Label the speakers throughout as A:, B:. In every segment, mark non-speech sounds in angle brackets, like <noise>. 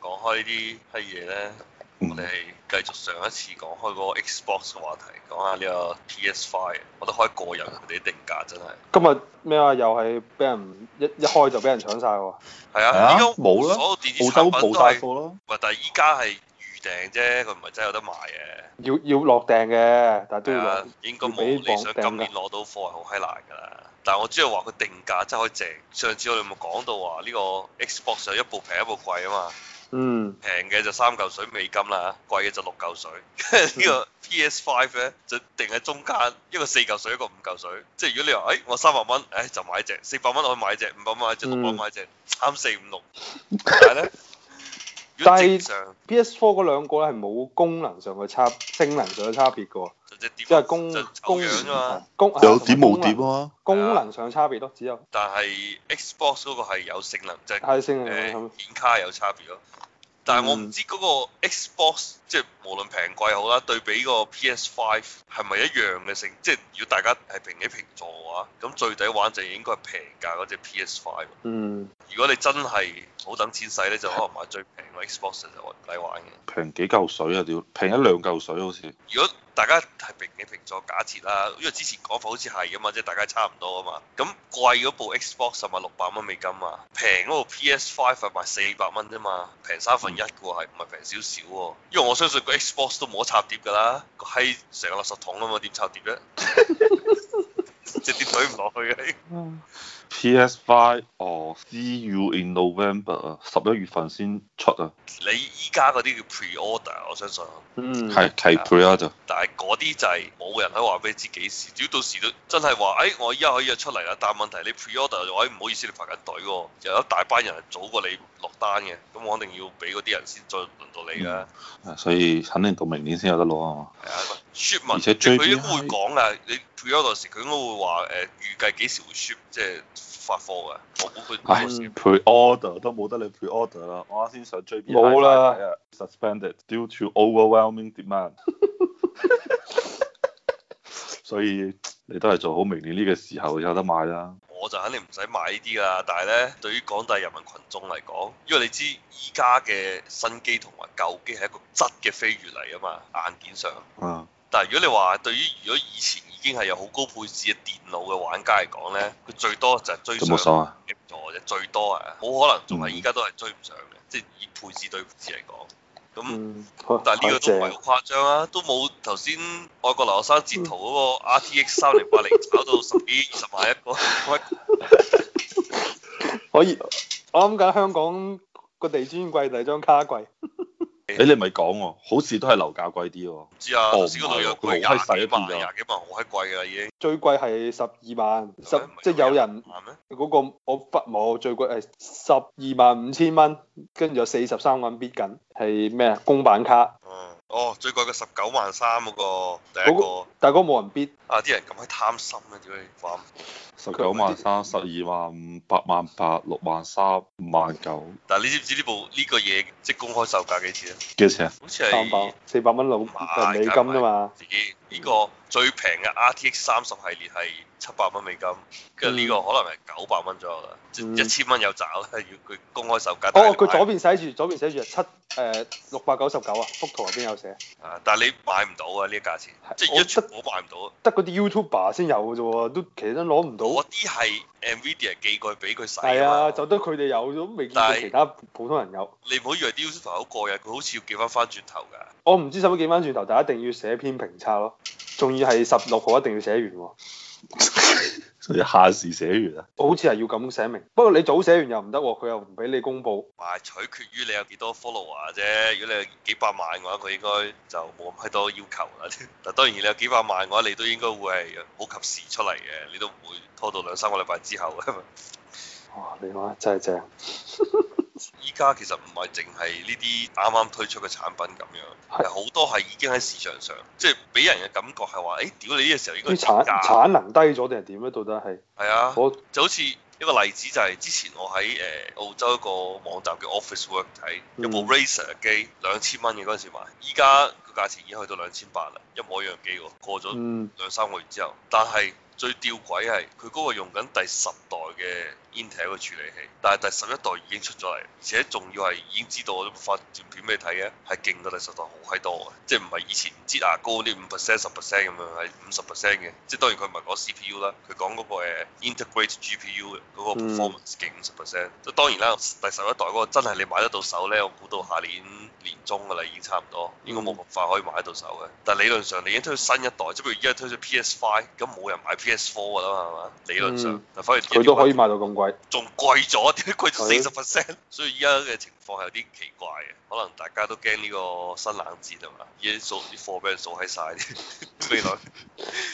A: 開呢啲閪嘢咧，我
B: 嗯
A: 哋係繼續上一次講開嗰個 Xbox 嘅話題，講下呢個 PS Five，我覺得開過人佢哋啲定價真係。
C: 今日咩啊？又係俾人一一開就俾人搶晒喎。
A: 係
B: 係啊
A: 啊，依家
B: 冇啦
A: 所有電子
B: 澳
A: 產
B: 洲
A: 品都
B: 冇晒
A: 係，
B: 貨咯，
A: 喂，但係依家係預訂啫，佢唔係真係有得賣嘅。
C: 要要落訂嘅，但係都
A: 係
C: 要
A: 啊
C: 落。，
A: 應該冇
C: 要俾
A: 你想
C: 網訂㗎
A: 今年攞到貨係好閪難㗎啦。但係我主要話佢定價真係可以正。上次我哋咪講到話呢個 Xbox 有一部平一部貴啊嘛，
C: 嗯，
A: 平嘅就三嚿水美金啦，貴嘅就六嚿
C: <laughs>
A: 水。呢個 PS Five 咧就定喺中間，一個四嚿水，一個五嚿水。即係如果你話，誒、哎我三百蚊，誒、就買只；四百蚊我可以買只，五百蚊買只，六百蚊買只，三四五六。但係
C: <laughs>
A: 咧，如果
C: 但係
A: 正常
C: PS4 嗰兩個咧係冇功能上嘅差，性能上嘅差別嘅喎，
A: 就只碟
C: 即係功
A: 就
C: 功
A: 醜樣啫嘛。
C: 功
B: 有點冇點啊，
C: 功能上差別咯，只有
A: 但係 Xbox 嗰個係有性能，就係
C: 嗯係性能上
A: 誒顯卡有差別咯。但係我唔知嗰個 Xbox 即係無論平貴好啦，對比個 PS Five 係咪一樣嘅性？即係如果大家係平起平坐嘅話，咁最抵玩就應該係平價嗰只 PS Five。
C: 嗯。
A: 如果你真係好等錢使咧，就可能買最平嘅 Xbox 就唔抵玩嘅。
B: 平幾嚿水啊屌，平一兩嚿水好似，
A: 如果大家係平起平坐假設啦，因為之前講法好似係噶嘛，即係大家差唔多啊嘛。咁貴嗰部 Xbox 係咪六百蚊美金啊？平嗰部 PS Five 係賣四百蚊啫嘛，平三分一嘅喎，係唔係平少少喎？因為我相信個 Xbox 都冇得插碟㗎啦，個閪成個垃圾桶啊嘛，點插碟啫？直接懟唔落去嘅。
B: PS Five 哦，See you in November 啊，十一月份先出啊，
A: 你依家嗰啲叫 pre order，我相信。
C: 嗯，
B: 係期 pre 啊就，
A: 但係嗰啲就係冇人可以話俾你知幾時，只要到時都真係話，誒、哎我依家可以出嚟啦。但係問題你 pre-order 就話，哎唔好意思，你排緊隊喎，有一大班人係早過你落單嘅，咁我肯定要俾嗰啲人先再輪到你㗎。係啊、
B: 嗯所以肯定到明年先有得攞啊嘛，
A: 喂 ship 文
B: 而且
A: 佢
B: JB
A: 應該會講㗎，你 pre-order 時佢應該會話誒、預計幾時會 ship 即係發貨㗎。我估佢
B: 唉
A: 會 ship
B: pre order 都冇得你 pre order 啦，我啱先上 J B
C: 冇啦
B: ，suspended due to overwhelming demand，所以你都係做好明年呢個時候有得買啦。
A: 我就肯定唔使買呢啲啦，但係咧，對於廣大人民群眾嚟講，因為你知依家嘅新機同埋舊機係一個質嘅飛躍嚟啊嘛，硬件上。
B: 啊，
A: 但係如果你話對於如果以前已經係有好高配置嘅電腦嘅玩家嚟講咧，佢最多就係追
B: 都
A: 上
B: 冇啊所謂。
A: 唔咗啫，最多啊，冇可能仲係依家都係追唔上嘅，即係以配置對配置嚟講。咁
C: 嗯，好
A: 但係呢個都唔係好誇張啊，都冇頭先外國留學生截圖嗰個 RTX 三零八零炒到十幾二十萬一個，喂
C: 可以，我諗緊香港個地磚櫃就係張卡櫃，
B: 誒你咪講喎，好似都係樓價貴啲喎。
A: 唔知啊，
B: 哦
A: 頭先嗰度有貴
B: 唔係喎佢好閪細
A: 廿
B: 一
A: 幾萬，
B: 邊㗎
A: 廿幾萬好閪貴㗎啦已經，
C: 最貴係十二萬，十
A: 唔係
C: 即係有人
A: 係咩？
C: 嗰、個我不冇最貴係十二萬五千蚊，跟住有四十三個人 bid 緊，係咩啊？公版卡，
A: 嗯，哦，最貴嘅十九萬三嗰個第一
C: 嗰個
A: 個。
C: 但係嗰個冇人 bid，
A: 啊！啲人咁閪貪心嘅，點解你話？
B: 十九萬三、十二萬五、八萬八、六萬三、五萬九，
A: 但係你知唔知呢部呢個嘢即係公開售價幾錢啊？
B: 幾多錢啊？
A: 好似係
C: 三百四百蚊老
A: 係
C: 美金啫嘛，
A: 自己呢個最平嘅 RTX 三十系列係七百蚊美金，跟住呢個可能係九百蚊左右啦，即
C: 嗯
A: 一千蚊有找啦。 <laughs> 如果佢公開售價，
C: 哦
A: 但係，你
C: 佢
A: 買
C: 左邊寫住，左邊寫住係七誒六百九十九啊，幅圖入邊有寫，
A: 啊，但係你買唔到啊呢個價錢，
C: 係
A: 即係
C: 我
A: 一全部都買唔到啊。
C: 得嗰啲 YouTuber 先有嘅啫喎，都其實都攞唔到。
A: 嗰啲係 NVIDIA 寄過去俾佢使
C: 係
A: 嘛
C: 啊，就得佢哋有，都未見
A: 但
C: 過
A: 係
C: 其他普通人有。
A: 你唔好以為啲 YouTuber 好過癮，佢好似要寄翻翻轉頭㗎。
C: 我唔知使唔使見翻轉頭，但一定要寫篇評測咯，仲要係十六號一定要寫完喎。
B: 所以限時寫完啊。 <laughs>
C: 好似係要咁寫明，不過你早寫完又唔得喎，佢又唔俾你公佈。
A: 買取決於你有幾多 follower 啫。如果你有幾百萬嘅話，佢應該就冇咁閪多要求啦。 <laughs> 但當然你有幾百萬嘅話，你都應該會係好及時出嚟嘅，你都唔會拖到兩三個禮拜之後 <laughs> 嘅。
C: 哇！你話真係正，
A: 依家其實唔係淨係呢啲啱啱推出嘅產品咁樣，
C: 係
A: 係好多係已經喺市場上，即係俾人嘅感覺係話：，誒、屌你呢個時候應該
C: 啲產
A: 跌價
C: 產能低咗定係點咧？到底係
A: 係啊。
C: 我
A: 就好似一個例子就係之前我喺誒、澳洲一個網站叫 Office Work 睇，有部
C: 嗯
A: Razer 機兩千蚊嘅嗰陣時買，依家個價錢已經去到兩千八啦，一模一樣機喎，過咗
C: 嗯
A: 兩三個月之後，但係最吊詭係佢嗰個用緊第十代嘅 Intel 嘅處理器，但係第十一代已經出咗嚟，而且仲要係已經知道我都發段片俾你睇嘅，係勁過第十代好閪多嘅，即係唔係以前擠牙膏啲五 percent 十 percent 咁樣，係五十 percent 嘅，即係當然佢唔係講 CPU 啦，佢講嗰個誒 integrate GPU 嘅嗰個
C: 嗯
A: performance 勁五十 percent，即係當然啦，第十一代嗰個真係你買得到手咧，我估到下年年中㗎啦，已經差唔多，應該冇咁快可以買得到手嘅。但係理論上你已經推出新一代，即係譬如依家推出 PS Five，咁冇人買 PS Four 㗎啦嘛，係嘛？理論上
C: 嗯，
A: 但反而
C: 佢都可以賣到咁貴。
A: 仲貴咗，點解貴咗四
C: 係啊
A: 十 percent？所以依家嘅情況係有啲奇怪嘅，可能大家都驚呢個新冷戰啊係嘛？已經數啲貨俾人數喺晒啲未來。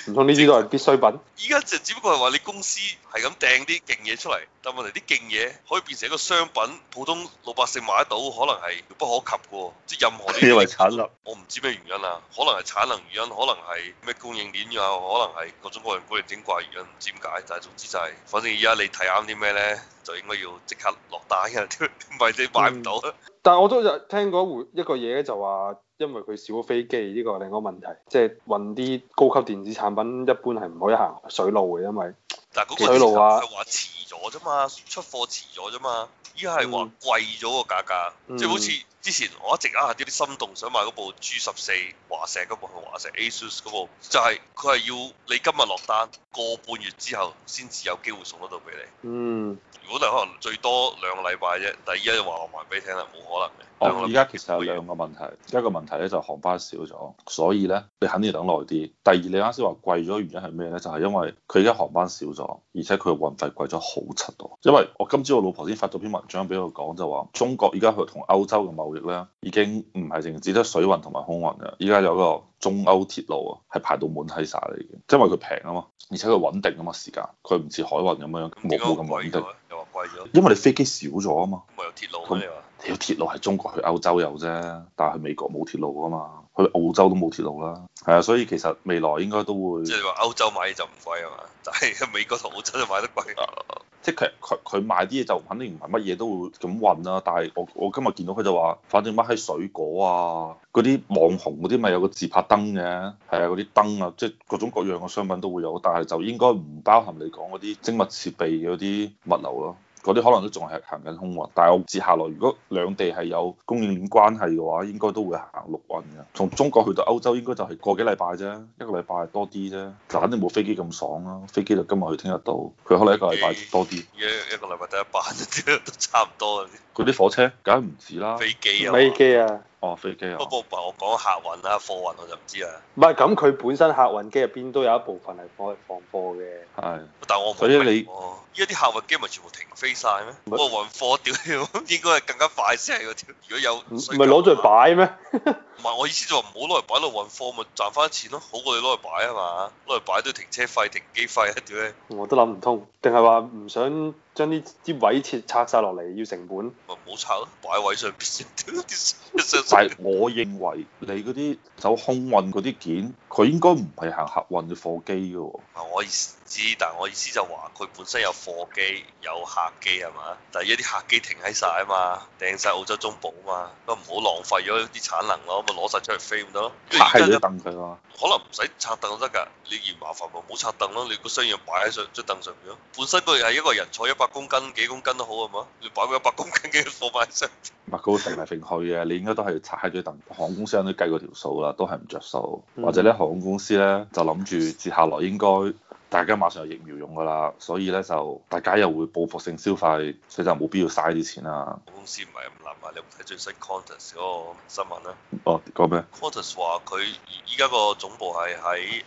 C: 唔通呢啲都係必需品？
A: 依家就只不過係話你公司係咁掟啲勁嘢出嚟，但問題啲勁嘢可以變成一個商品，普通老百姓買得到，可能係遙不可及嘅喎。即係任何呢啲
B: 因為產能，
A: 我唔知咩原因啊，可能係產能原因，可能係咩供應鏈啊，可能係各種各樣古靈精怪原因，唔知點解。但係總之就係、反正而家你睇啱啲咩咧，就應該要即刻落單嘅， <laughs> 唔係你買唔到。
C: 但係我都有聽過回一個嘢咧，就話因為佢少咗飛機，呢個係另一個問題，即係運啲高級電子產品一般係唔可以行水路嘅，因為
A: 但係嗰個
C: 水路啊
A: 係話遲咗啫嘛，出貨遲咗啫嘛。依家
B: 嗯
A: 係話貴咗個價格，
C: 嗯
A: 即係好似之前我一直啊啲心動想買嗰部 G 十四華碩嗰部華碩 ASUS 嗰部，就係佢係要你今日落單，個半月之後先至有機會送得到俾你。
C: 嗯
A: 如果你可能最多兩個禮拜啫，但係依家就話我話俾你聽啦，冇可能嘅。兩個
B: 哦，
A: 禮
B: 依
A: 拜
B: 家其實有兩個問題，一個問題咧就航班少咗，所以咧你肯定要等耐啲。第二，你啱先話貴咗嘅原因係咩咧？就係、因為佢而家航班少咗，而且佢運費貴咗好七多。因為我今朝我老婆先發咗篇文章俾我講，就話中國而家佢同歐洲嘅貿易咧已經唔係淨止得水運同埋空運嘅，啊依家有一個中歐鐵路啊，係排到滿閪晒嚟嘅，因為佢平啊嘛，而且佢穩定啊嘛時間，佢唔似海運咁樣
A: 咁
B: 冇
A: 點解
B: 冇
A: 會
B: 咁穩
A: 貴
B: 定，
A: 咗？又話貴咗，
B: 因為你飛機少咗啊嘛。
A: 咁咪有鐵路咩？你話
B: 條鐵路係中國去歐洲有啫，但係去美國冇鐵路啊嘛，去澳洲都冇鐵路啦。係啊，所以其實未來應該都會，
A: 即係你話歐洲買嘢就唔貴啊嘛，但係美國同澳洲就買得貴。
B: 即係佢佢佢賣啲嘢就肯定唔係乜嘢都會咁運啦、但係我我今日見到佢就話，反正乜閪水果啊，嗰啲網紅嗰啲咪有個自拍燈嘅，係啊，嗰啲燈啊，即係各種各樣嘅商品都會有，但係就應該唔包含你講嗰啲精密設備嘅嗰啲物流咯。嗰啲可能都仲係行緊空運，但係我接下來如果兩地係有供應鏈關係嘅話，應該都會行陸運嘅。從中國去到歐洲應該就係個幾禮拜啫，一個禮拜多啲啫，就肯定冇飛機咁爽啦。飛機就今日去聽日到，佢可能一個禮拜多啲。
A: 一一個禮拜得一班， <laughs> 都差唔多。
B: 嗰啲火車梗係唔止啦。
A: 飛機啊，
C: 飛機啊，
B: 哦，飛機啊
A: 不。過我講客運啦，貨運啊我就唔知啦。
C: 唔係咁佢本身客運機入邊都有一部分係放嚟放貨嘅。
B: 係，
A: 但我唔
B: 嗰啲你
A: 明喎依家啲客運機咪全部停飛晒咩？我運貨屌， <laughs> 應該係更加快先係嗰條。如果有
C: 唔唔係攞咗
A: 擺，
C: 嚟擺咩？
A: 唔係我意思就話唔好攞嚟擺落運貨，咪賺翻錢咯，好過你攞嚟擺啊嘛。攞嚟擺都要停車費、停機費啊屌你！
C: 我都諗唔通，定係話唔想將啲啲位切拆晒落嚟，要成本。
A: 咪唔好拆咯，擺位上邊先。屌啲上
B: 但
A: 上
B: 係我認為你嗰啲走空運嗰啲件，佢應該唔係行客運嘅貨機嘅喎。
A: 唔啊係我意思知，但係我意思就話佢本身有貨機、有客機係嘛，但係一啲客機停喺晒啊嘛，掟晒澳洲中部啊嘛，咁唔好浪費咗啲產能咯，咪攞晒出嚟飛咪得咯。因為而
B: 拍
A: 家
B: 咗
A: 咧
B: 凳佢啊啦。
A: 可能唔使拆凳都得㗎，你嫌麻煩咪唔好拆凳咯，你個箱要擺喺上張凳上面咯。本身佢係一個人坐一百公斤、幾公斤都好係嘛，你擺個一百公斤嘅貨擺上，
B: 唔係佢會揈嚟揈去嘅，你應該都係要拆開咗凳。航空公司都計過條數啦，都係唔着數。
C: 嗯
B: 或者咧，航空公司咧就諗住接下來應該大家馬上有疫苗用㗎啦，所以咧就大家又會報復性消費，所以就冇必要嘥啲錢啦。
A: 公司唔係咁諗啊，你有冇睇最新 Qantas 嗰個新聞啊？
B: 哦，講咩？
A: Qantas 話佢呃依家個總部係喺誒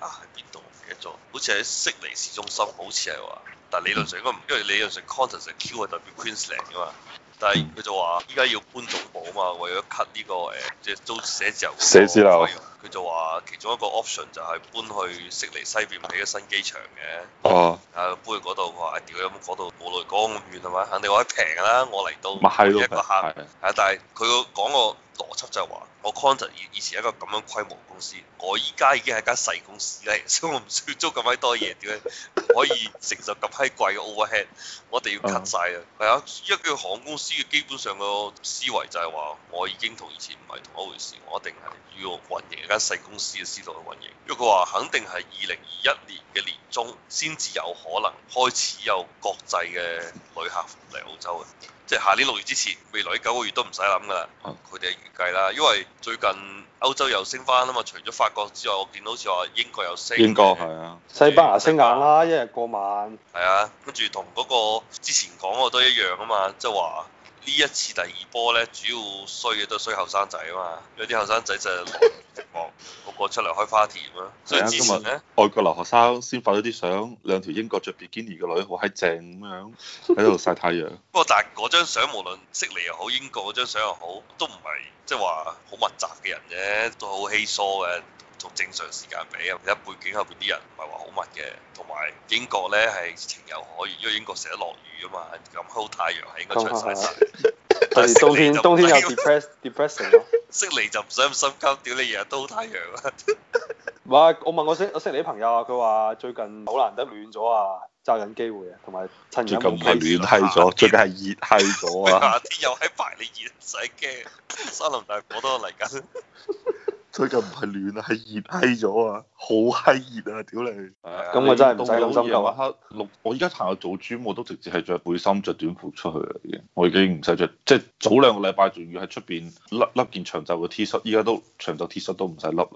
A: 啊喺邊度唔記得咗，好似喺悉尼市中心，好似係話，但理論上應該唔，因為理論上 Qantas 嘅 Q 係代表 Queensland 噶嘛，但係佢就話依家要搬總部啊嘛，為咗 cut 呢個誒即係租寫字樓嗰個
B: 寫字樓
A: 費用，佢就話其中一個 option 就係搬去悉尼西邊起個新機場嘅。
B: 哦，
A: 啊，搬去嗰度，我話哎屌，咁嗰度冇哎雷光咁遠係嘛，肯定我喺平㗎啦，我嚟到
B: 咪係咯，
A: 一個客
B: 係
A: 係，但係佢個講個邏輯就係話，我 Contact 以以前一個咁樣規模公司，我依家已經係間細公司 <laughs> 咧，所以我唔需要租咁閪多嘢，點解可以承受咁閪貴嘅 overhead？我哋要 cut 晒啊！係啊，一個航空公司嘅基本上個思維就係話，我已經同以前唔係同一回事，我一定係要運營一間細公司嘅思路去運營。因為佢話肯定係二零二一年嘅年中先至有可能開始有國際嘅旅客嚟澳洲嘅。即係下年六月之前，未來呢九個月都唔使諗噶啦，
B: 哦
A: 佢哋係預計啦，因為最近歐洲又升翻啊嘛，除咗法國之外，我見到好似話英國又升，
B: 英國係啊，
C: 西班牙升硬
B: 嗯
C: 啦，一日
B: <laughs>
C: 過萬，
A: 係啊，跟住同嗰個之前講嗰個都一樣啊嘛，即係話呢一次第二波咧，主要衰嘅都係衰後生仔啊嘛，有啲後生仔就係樂於寂寞，個個出嚟開 party 咁樣，所以
B: 係啊
A: 之
B: 今日
A: 前咧。
B: 外國留學生先發咗啲相，兩條英國着比基尼嘅女好閪正咁樣喺度曬太 <laughs> 陽。
A: 不過但係嗰張相無論悉尼又好，英國嗰張相又好，都唔係即係話好密集嘅人啫，都好稀疏嘅。同正常時間比啊，而家背景後邊啲人唔係話好密嘅，同埋英國咧係情有可原，因為英國成日落雨啊嘛，咁好太陽係應該出晒晒。
C: <laughs>
B: <laughs>
C: 佢哋啊冬天
A: 但係悉尼就唔
C: 冬天又
A: 係
C: depress depressing 咯。
A: 悉尼就唔使咁心急，屌你日日都好太陽啊！
C: 唔係，我問我識我識你啲朋友啊，佢話最近好難得暖咗啊，揸緊機會啊，同埋趁而
B: 最
C: 家
B: 近
C: 冇
B: 唔係
C: 機
B: 暖閪咗，最近係熱閪咗啊！
A: 夏天又喺排你熱，唔使驚，森林大火都嚟緊。
B: 最近唔係暖啊，係熱閪咗啊，好閪熱啊，屌你！
C: 咁我真係唔使咁心急啊
B: 夜晚黑六，我依家行去做 gym 我都直接係着背心、着短褲出去啦，已經。我已經唔使着，即係早兩個禮拜仲要喺出邊笠笠件長袖嘅 T 恤，依家都長袖 T 恤都唔使笠啦。